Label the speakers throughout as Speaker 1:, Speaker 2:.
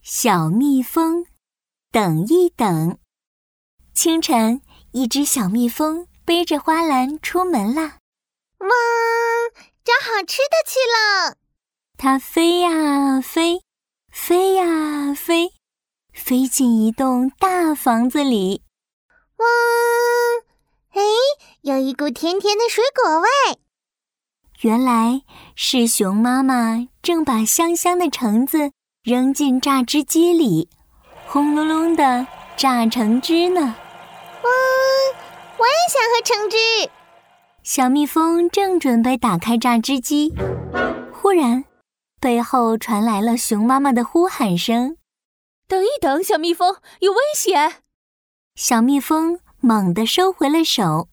Speaker 1: 小蜜蜂，等一等。清晨，一只小蜜蜂背着花篮出门啦，
Speaker 2: 哇，找好吃的去了！
Speaker 1: 它飞呀飞，飞呀飞，飞进一栋大房子里。
Speaker 2: 哇，哎，有一股甜甜的水果味。
Speaker 1: 原来是熊妈妈正把香香的橙子扔进榨汁机里，轰隆隆的榨橙汁呢。
Speaker 2: 哇，我也想喝橙汁。
Speaker 1: 小蜜蜂正准备打开榨汁机，忽然，背后传来了熊妈妈的呼喊声。
Speaker 3: 等一等，小蜜蜂，有危险！
Speaker 1: 小蜜蜂猛地收回了手，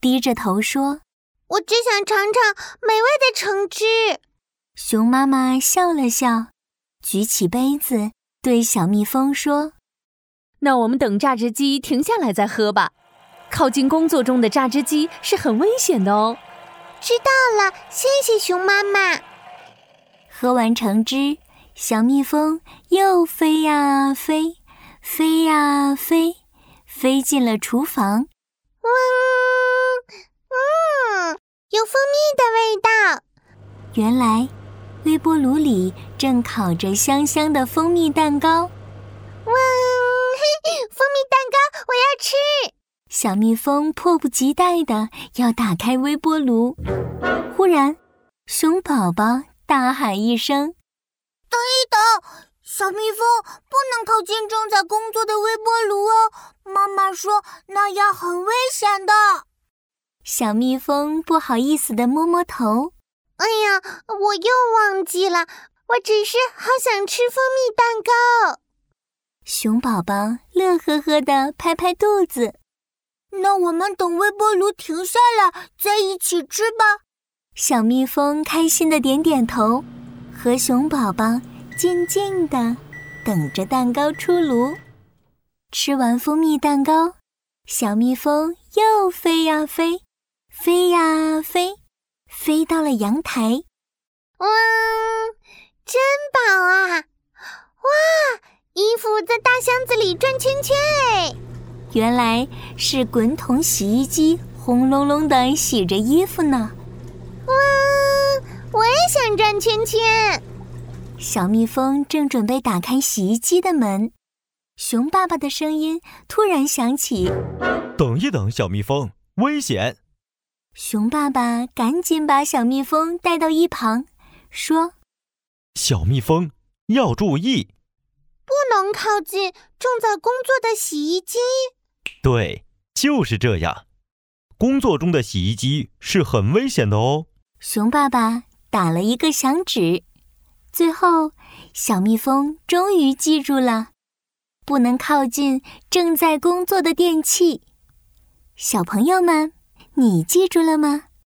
Speaker 1: 低着头说
Speaker 2: 我只想尝尝美味的橙汁。：“
Speaker 1: 熊妈妈笑了笑，举起杯子对小蜜蜂说。”
Speaker 3: 那我们等榨汁机停下来再喝吧。靠近工作中的榨汁机是很危险的哦。
Speaker 2: 知道了，谢谢熊妈妈。
Speaker 1: 喝完橙汁，小蜜蜂又飞呀飞，飞呀飞，飞进了厨房。
Speaker 2: 哇，嗯，有蜂蜜的味道。
Speaker 1: 原来，微波炉里正烤着香香的蜂蜜蛋糕。
Speaker 2: 哇，嘿，蜂蜜蛋糕我要吃。
Speaker 1: 小蜜蜂迫不及待的要打开微波炉，忽然，熊宝宝大喊一声
Speaker 2: 小蜜蜂不能靠近正在工作的微波炉哦，妈妈说那样很危险的。：“
Speaker 1: 小蜜蜂不好意思的摸摸头。
Speaker 2: 哎呀，我又忘记了，我只是好想吃蜂蜜蛋糕。”
Speaker 1: 熊宝宝乐呵呵的拍拍肚子。
Speaker 2: 那我们等微波炉停下来再一起吃吧。
Speaker 1: 小蜜蜂开心的点点头，和熊宝宝静静的等着蛋糕出炉。吃完蜂蜜蛋糕，小蜜蜂又飞呀飞，飞呀飞，飞到了阳台。
Speaker 2: 哇，真饱啊！哇，衣服在大箱子里转圈圈哎！
Speaker 1: 原来是滚筒洗衣机轰隆隆的洗着衣服呢。
Speaker 2: 哇，我也想转圈圈。
Speaker 1: 小蜜蜂正准备打开洗衣机的门，熊爸爸的声音突然响起。
Speaker 4: 等一等，小蜜蜂，危险！
Speaker 1: 熊爸爸赶紧把小蜜蜂带到一旁，说
Speaker 4: 小蜜蜂要注意。
Speaker 2: 不能靠近正在工作的洗衣机。
Speaker 4: 对，就是这样。工作中的洗衣机是很危险的哦。：“
Speaker 1: 熊爸爸打了一个响指。”最后，小蜜蜂终于记住了，不能靠近正在工作的电器。小朋友们，你记住了吗？